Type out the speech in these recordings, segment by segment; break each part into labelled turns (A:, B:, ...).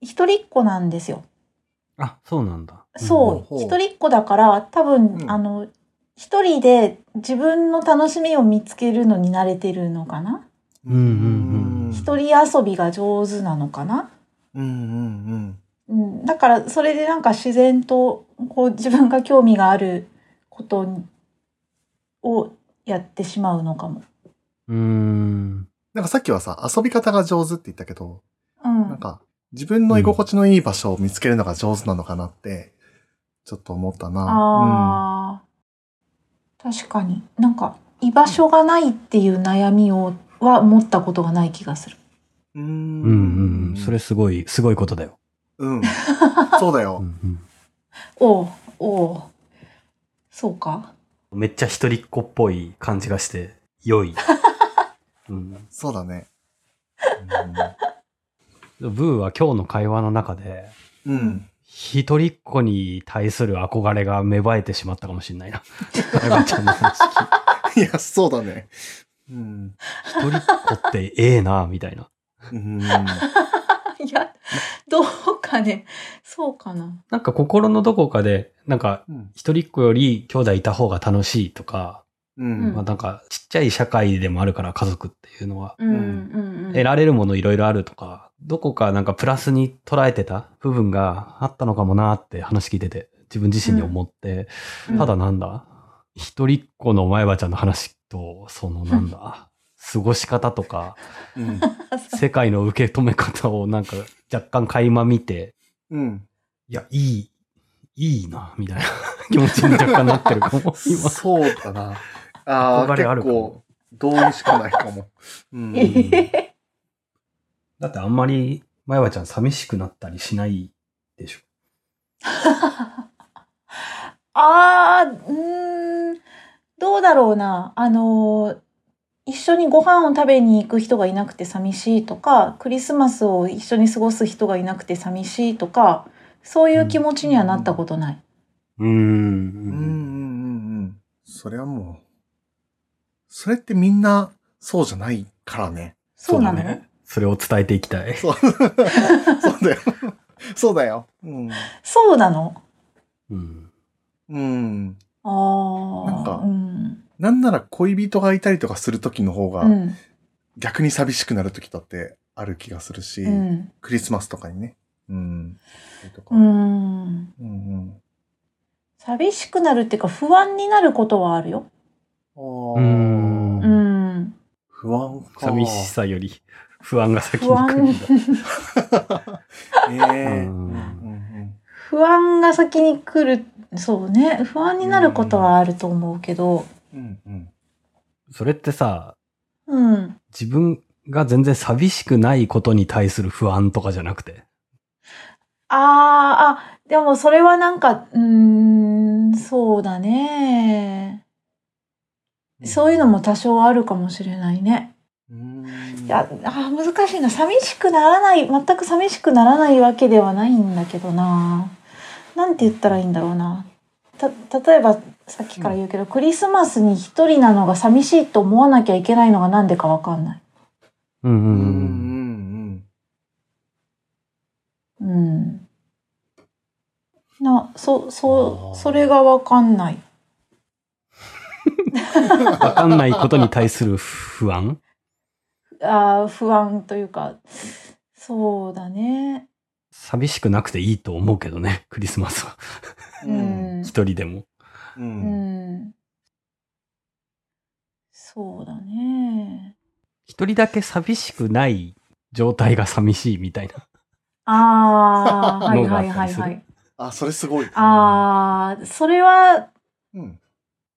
A: 一人っ子なんですよ。
B: あ、そうなんだ。
A: そうう。
C: ん
A: 一人っ子だから、多分、
C: うん
A: あの、一人で自分の楽しみを見つけるのに慣れてるのかな
B: うんうんうん
A: 一人遊びが上手なのかな
C: うんうん
A: うん。だから、それでなんか自然と、こう、自分が興味があることにをやってしまうのかも。
B: うん。うーん。
C: なんかさっきはさ、遊び方が上手って言ったけど、
A: う
C: なん
A: ん。
C: か、自分の居心地のいい場所を見つけるのが上手なのかなって、ちょっと思ったな。
A: ああ、確かになんか居場所がないっていう悩みをは持ったことがない気がする。
C: うん。
B: うんうんうん。それ、すごい、すごいことだよ。
C: うん。そうだ
B: う
C: よ。
B: ん
A: おうおうそうか。
B: うん。めっちゃ一人っ子っぽい感じがして、良い。うん。
C: そうだね。
B: ブーは今日の会話の中で、
C: うん。うん
B: 一人っ子に対する憧れが芽生えてしまったかもしれない な。あやめちゃんの話聞いて
C: いや、そうだね。うん。
B: 一人っ子ってええな、みたいな。
C: う ん。
A: いやどうかね。そうかな。
B: なんか心のどこかで、なんか
C: うん
B: 一人っ子より兄弟いた方が楽しいとか、
C: う
A: うん
C: ん
B: まあなんかちっちゃい社会でもあるから家族っていうのは、
A: うん
C: ん
A: うんうん。
B: 得られるものいろいろあるとか、どこかなんかプラスに捉えてた部分があったのかもなって話聞いてて、自分自身に思って、
A: うん
B: ただなんだ、一人っ子の前葉ちゃんの話と、そのなんだ、過ごし方とか、
C: うん。
B: 世界の受け止め方をなんか若干垣間見て、
C: うん。
B: いや、いい、いいな、みたいな 気持ちに若干なってるかも、今。
C: そうだな。ああ、
B: 憧れあ
C: 結
B: るか
C: 構
B: も、
C: 同意しかないかも。うん。
A: えへへ
B: だってあんまり、前はちゃん寂しくなったりしないでしょ。
A: あーうーんどうだろうなあのー一緒にご飯を食べに行く人がいなくて寂しいとかクリスマスを一緒に過ごす人がいなくて寂しいとかそういう気持ちにはなったことない。
B: うー。
C: うんうんうんんうん。それはもう、それってみんなそうじゃないからね。
A: そうなの、
B: だね。それを伝えていきたい。
C: そう、そうだよ。そうだよ。うん。
A: そうなの
B: うん。
C: うん。
A: ああ。
C: なんか
A: うん。
C: なんなら恋人がいたりとかする時の方が
A: う、ん。
C: 逆に寂しくなる時だってある気がするし、
A: うん。
C: クリスマスとかにね。うん。それとか
A: うん。
C: うん
A: 寂しくなるっていうか不安になることはあるよ。
B: う
C: うん。あ
B: ん
A: う。ん。
C: 不安か。
B: 寂し さより不安が先に
A: 不
B: 来るん
A: 安
B: だ。。
C: ええ
B: う
C: う
B: ん
C: んうん
A: 不安が先に来る。そうね。不安になることはあると思うけど。
C: うんうん
B: それってさ、
A: うん。
B: 自分が全然寂しくないことに対する不安とかじゃなくて。
A: あーあ、でもそれはなんか、うーん、そうだね。そういうのも多少あるかもしれないね。
C: うん。
A: いや、あー難しいな。寂しくならない、全く寂しくならないわけではないんだけどな。なんて言ったらいいんだろうな。た、例えば、さっきから言うけど、クリスマスに一人なのが寂しいと思わなきゃいけないのがなんでかわかんない。
B: うん
C: う
B: うん
C: う
B: ん
C: んうん。
A: うん。な、そ、そ
C: あー
A: う、それがわかんない。
B: うん。わかんないことに対する不安
A: あー不安というか、そうだね。
B: 寂しくなくていいと思うけどね、クリスマスは。
A: う。ん。
B: 一人でも。
C: う。
A: うんん。そうだね。
B: 一人だけ寂しくない状態が寂しいみたいな。
A: ああ、はい
B: のが
A: は
B: あっ
A: い
B: た
A: は
B: り
A: い
B: する
A: はい。
C: あ、それすごい。あ。
A: ああ、それは、
C: うん。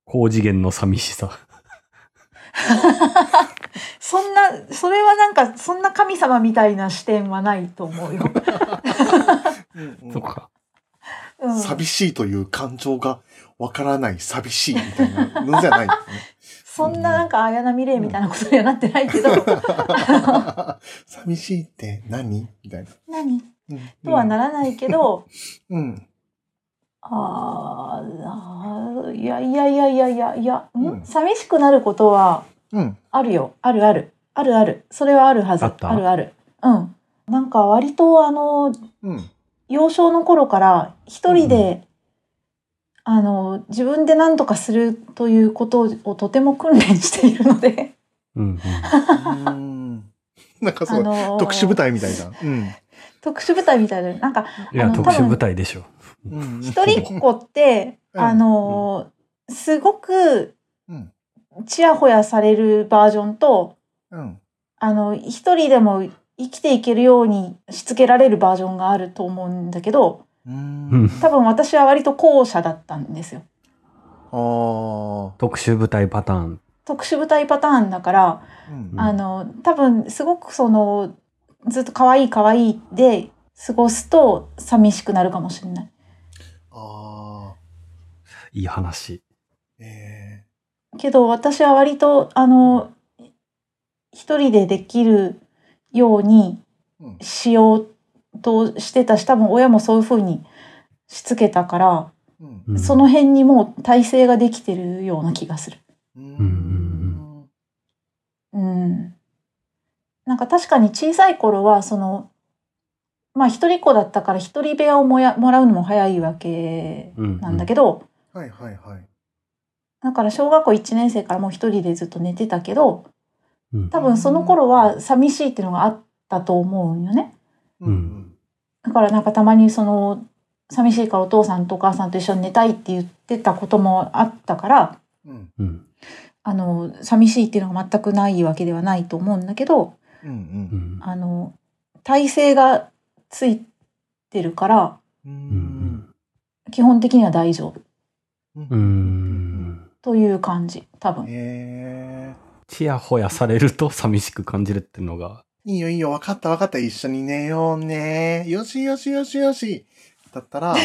B: 高次元の寂しさ。
A: そんな、それはなんか、そんな神様みたいな視点はないと思う よ。
C: うん
B: そっか。
A: うん、
C: 寂しいという感情がわからない寂しいみたいなのじゃないよ
A: そんななんか綾波レイみたいなことにはなってない けど、
C: ね。寂しいって何みたいな。
A: 何
C: うん
A: とはならないけど、
C: うん。
A: あーあー、いやいやいやいやいやいや、ん
C: うん
A: 寂しくなることは
C: うん。
A: あるよ。あるある。あるある。それはあるはず。
B: あ
A: あ
B: った
A: るある。うん。なんか割とあの、
C: うん。
A: 幼少の頃から一人で、あの、自分で何とかするということをとても訓練しているので、
B: うん
C: なん
A: あ
C: かすごい、
A: の
C: 特殊部隊みたいな。うん。
A: 特殊部隊みたいな、なんか、
B: いや、
A: あの
B: 特殊部隊でしょ。
C: うん
A: 一人っ子って、
C: うん
A: あの、すごく
C: うん、
A: ちやほやされるバージョンと、
C: うん。
A: あの、一人でも生きていけるようにしつけられるバージョンがあると思うんだけど、
C: うん
B: うん
A: 多分私は割と後者だったんですよ。
C: ああ。
B: 特殊部隊パターン。
A: 特殊部隊パターンだから、
C: うん
A: あの、多分すごくその、ずっと可愛い可愛いで過ごすと寂しくなるかもしれない。
C: ああ。
B: いい話。
C: え
A: けど私は割と、あの、一人でできるように
C: えうん。
A: しようとしてたし、多分親もそういう風にしつけたから、
C: うん
B: うん
A: その辺にもう体制ができてるような気がする。
C: う
B: うん
C: ん。
A: うん。なんか確かに小さい頃は、その、まあ一人っ子だったから一人部屋をもやもらうのも早いわけなんだけど、
C: はいはいはい。
A: だから小学校1年生からもう一人でずっと寝てたけど、
B: うん
A: 多分その頃は寂しいっていうのがあったと思うんよね。
B: うん
A: だからなんかたまにその、寂しいからお父さんとお母さんと一緒に寝たいって言ってたこともあったから、
C: うん。
B: うん。
A: あの寂しいっていうのが全くないわけではないと思うんだけど
C: うん
B: う
C: う。
B: んん。
A: あの体勢がついてるから
C: う
B: うんうん。
A: 基本的には大丈夫
C: うん
B: う
C: うんん。
A: という感じ多
C: へ
A: 分
C: え。
B: ちやほやされると寂しく感じるってのが。
C: いいよいいよ、分かった分かった、一緒に寝ようね。よしよしよしよし。だった ら、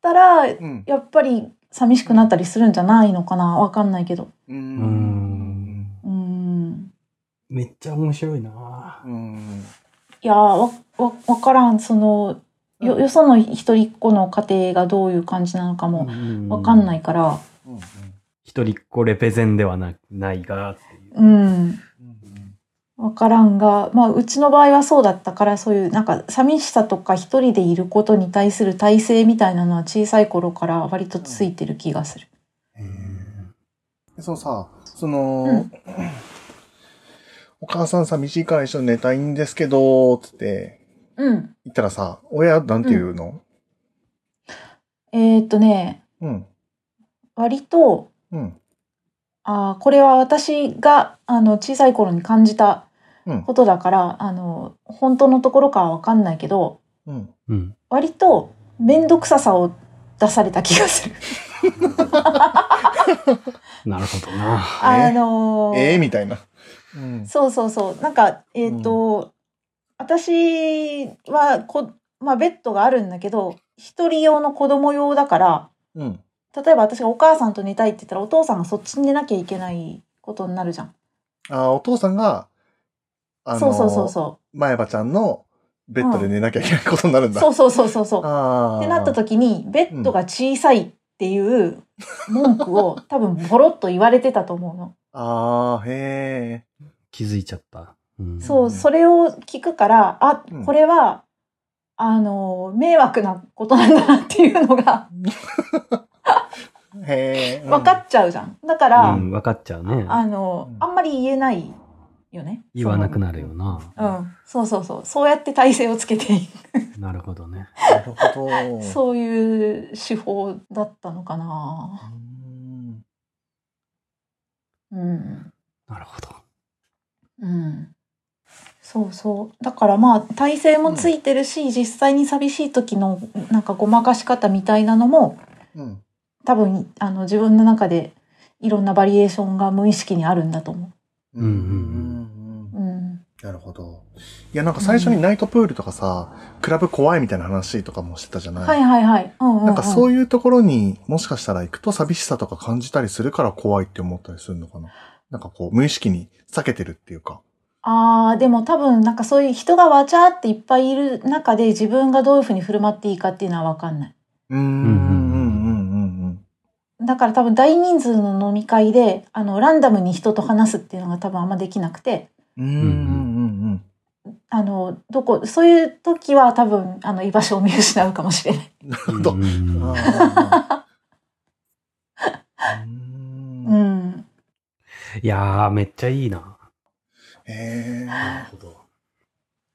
A: たらや
C: うん。
A: っぱり寂しくなったりするんじゃないのかなわかんないけど
C: うー。。
B: うん
A: うーん
B: めっちゃ面白いな
C: うーん。
A: いやーわわわからんそのよよその一人っ子の家庭がどういう感じなのかもわ
B: わ。
A: かんないいから
C: うんうん
B: 一人っ子レペゼンではなないがっていう。
A: うん
C: うん
A: わからんが、まあ、うちの場合はそうだったからそういうなんか寂しさとか一人でいることに対する体制みたいなのは小さい頃から割とついてる気がする。
C: でそのさ、その、お母さん寂しいから一緒に寝たいんですけど、つって
A: うん、
C: 言ったらさ、親なんて言うの
A: えーっとね
C: うん。
A: 割と
C: うん。
A: あーこれは私があの小さい頃に感じた
C: うん
A: ことだからあの本当のところかは分かんないけど
C: うん。
B: うん。
A: 割と面倒くささを出された気がする。
B: なるほどな。
A: あのー
C: ええみたいな。うん。
A: そうそうそう。なんか、えっ、と、私はこ、まあ、ベッドがあるんだけど、一人用の子供用だから、
C: うん。
A: 例えば私がお母さんと寝たいって言ったら、お父さんがそっちに寝なきゃいけないことになるじゃん。
C: あ、お父さんが、あの、
A: そうそうそうそ
C: 前歯ちゃんのベッドで寝なきゃいけないことになるん
A: う。
C: だ。
A: そうそうそうそうそう。
C: ああ。
A: ってなった時に、ベッドが小さいっていう文句を、多分ボロッと言われてたと思うの。
C: ああ、へえ。
B: 気づいちゃった。うん
A: そう、それを聞くから、あ
C: うん、
A: これは、あの、迷惑なことなんだなっていうのが、
C: へえ。
A: 分かっちゃうじゃん。だか
B: う
A: ら、
B: ん、分かっちゃうね。
A: あの、
C: うん
A: あんまり言えないよね。
B: 言わなくなるよな。
A: そのうん。そうそうそう。そうやって体勢をつけていく。
B: なるほどね。
C: なるほど。う
A: そういう手法だったのかな。
C: ー
A: う
C: ん。
A: ん。
B: なるほど。
A: うん。そうそう。だからまあ、体勢もついてるし、実際に寂しい時の、なんかごまかし方みたいなのも、
C: うん。
A: 多分、あの、自分の中で、いろんなバリエーションが無意識にあるんだと思
B: うんうん
A: う。うん。
C: なるほど。いや、なんか最初にナイトプールとかさ、クラブ怖いみたいな話とかもしてたじゃない、
A: はいはいはい。うんうん、うん。
C: なんかそう
A: いう。
C: いうところにもしかしたら行くと寂しさとか感じたりするから怖いって思ったりするのかななんかこう、無意識に避けてるっていうか。
A: ああ、でも多分なんかそういう人がわちゃーっていっぱいいる中で自分がどういうふうに振る舞っていいかっていうのはわかんない。
C: うーん。うんうん
A: だから多分大人数の飲み会で、あの、ランダムに人と話すっていうのが多分あんまできなくて、
C: うんうん。うんうんうんうん。
A: あの、どこ、そういう時は多分、あの、居場所を見失うかもしれない。
C: ほど
B: うんうんうん
C: あーう
A: うんん。
B: いやー、めっちゃいいな。
C: へ
B: なる
C: ー
B: ほど。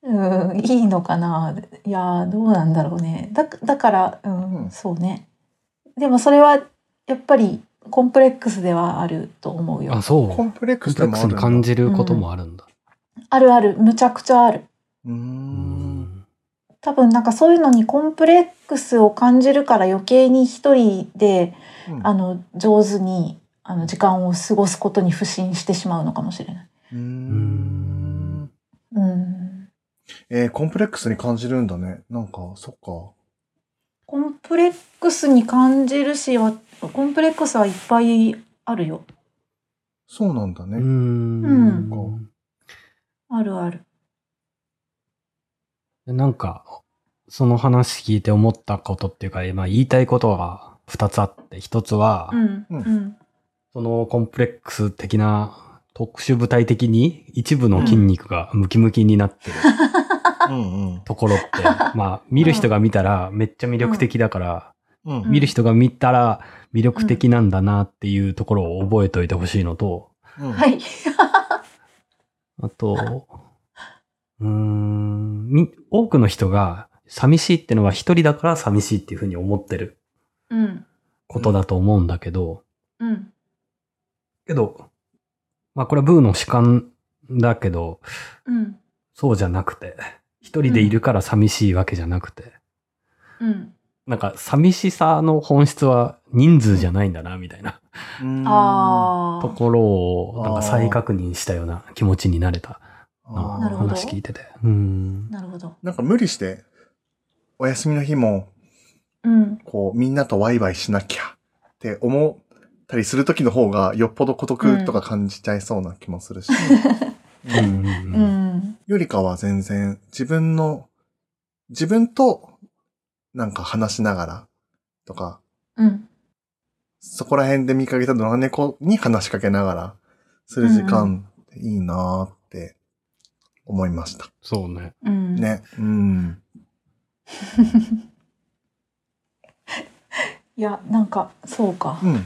A: うん、いいのかないやーどうなんだろうねだだから、うん
C: うん
A: そうねでもそれはやっぱりコンプレックスではあると思うよ
B: あ、そう。
C: コ
B: コン
C: ンプレックス
B: プレ
C: で
B: ック
C: もあ
B: ス
C: るん
B: に
C: だ
B: 感じることもあるんだ。
A: あるあるむちゃくちゃある
C: うー。
B: うんん。
A: 多分なんかそういうのにコンプレックスを感じるから余計に一人であの上手にあの時間を過ごすことに不信してしまうのかもしれない。
C: うんうん
A: うん、
C: えーコンプレックスに感じるんだね。なんか、そっか。
A: コンプレックスに感じるしわコンプレックスはいっぱいあるよ
C: そうなんだ
B: う
C: ね。
B: ん。
C: うん
A: あるある。
B: なんか、その話聞いて思ったことっていうか、まあ言いたいことが二つあって、一つは、
A: うん
C: うん
A: うん
B: そのコンプレックス的な特殊部体的に一部の筋肉がムキムキになってる
C: うんうん。
B: ところって、まあ見る人が見たらめっちゃ魅力的だから、
C: うん
A: ん
B: 見る人が見たら魅力的なんだなっていうところを覚えておいてほしいのと、
C: うん
A: はい。
B: あと、うーん、み多くの人が寂しいってのは一人だから寂しいっていうふうに思ってる
A: うん。
B: ことだと思うんだけど、
A: うん。
B: けど、まあこれはブーの主観だけど、
A: うん。
B: そうじゃなくて、一人でいるから寂しいわけじゃなくて、
A: うん。
B: なんか寂しさの本質は人数じゃないんだな、みたいな
C: うん
A: あ
B: と
A: あ。
B: ころを、なん
C: あ
B: か
C: ー
B: 再確認したような気持ちになれた
C: あー
A: なるほど
B: 話聞いてて。うん。
A: なるほど。
C: なんか無理して、お休みの日も、
A: うん。
C: こう、みんなとワイワイしなきゃって思ったりするときの方が、よっぽど孤独とか感じちゃいそうな気もするし、
B: うんう
A: う
B: んうん
A: ん。
C: よりかは全然自分の、自分となんか話しながらとか、
A: うん。
C: そこら辺で見かけた野良猫に話しかけながらする時間っていいなーって思いました。
B: そうね。
A: うん。。
C: ね。うん。
A: いや、なんか、そうか
C: う。ん。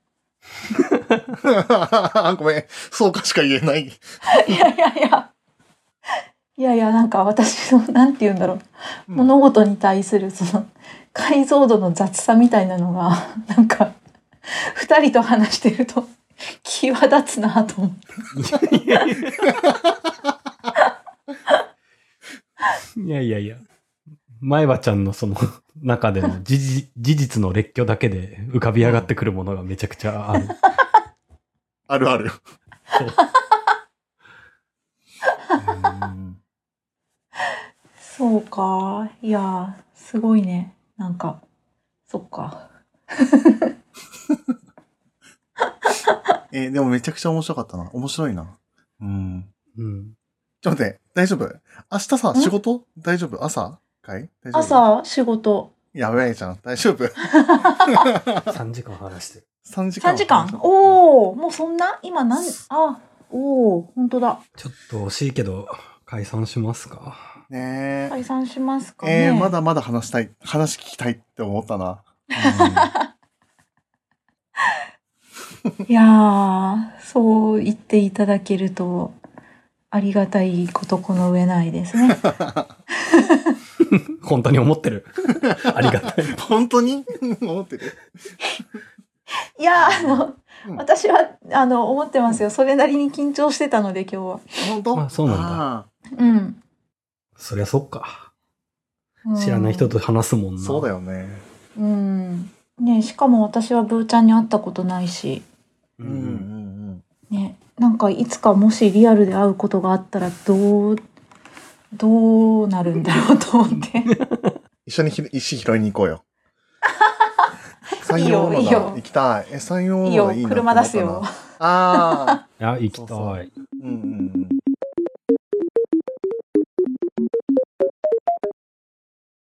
C: ごめん。そうかしか言えない。
A: いやいやいや。いやいや、なんか私の、なんて言うんだろう。
C: うん
A: 物事に対する、その、解像度の雑さみたいなのが、 なんか、二人と話してると、際立つなと思って。
B: いやいやいや。前葉ちゃんのその中で の事実事実の列挙だけで浮かび上がってくるものがめちゃくちゃある。
C: あるある。
A: そうか。いや、すごいね。なんか、そっか。
C: えーでもめちゃくちゃ面白かったな。面白いな。うん。
B: うん。
C: ちょっと待って、大丈夫明日さ、
A: ん
C: 仕事大丈夫朝かい大丈夫。
A: 朝、仕事。
C: やべえじゃん。大 丈夫
B: 3時間話してる。
C: ?3 時間。
A: 三時間。おお、もうそんな今なんあ、おお、本当だ。
B: ちょっと惜しいけど、解散しますか。
C: ねえ。
A: 解散しますかね。
C: えーまだまだ話したい。話聞きたいって思ったな。
A: いやー、そう言っていただけるとありがたいことこの上ないですね。
B: 本当に思って る。ありがた い。
C: うん本当に 思ってる。
A: いやー、あの、
C: うん
A: 私はあの思ってますよ。それなりに緊張してたので今日は。
C: 本当
B: あそうなんだ
C: あ
A: うん。
B: そりゃそっか。
A: うん
B: 知らない人と。話すもん
C: ー
B: な。
C: そうだ。よね。
A: うん。ねしかも私はブーちゃんに会ったことないし。
B: う
C: うん
B: ん。
C: うん
A: ね、なんかいつかもしリアルで会うことがあったらどうどうなるんだろうと思って
C: 一緒にひ石拾いに行こうよ。山
A: いい
C: 陽
A: よ
C: の
A: いいよ
C: 行きたい。え、山陽
A: いい
C: の
A: よ
C: いいな
A: 車出すよ
C: ああ。
B: あ、行きたい。
C: そうそううんうん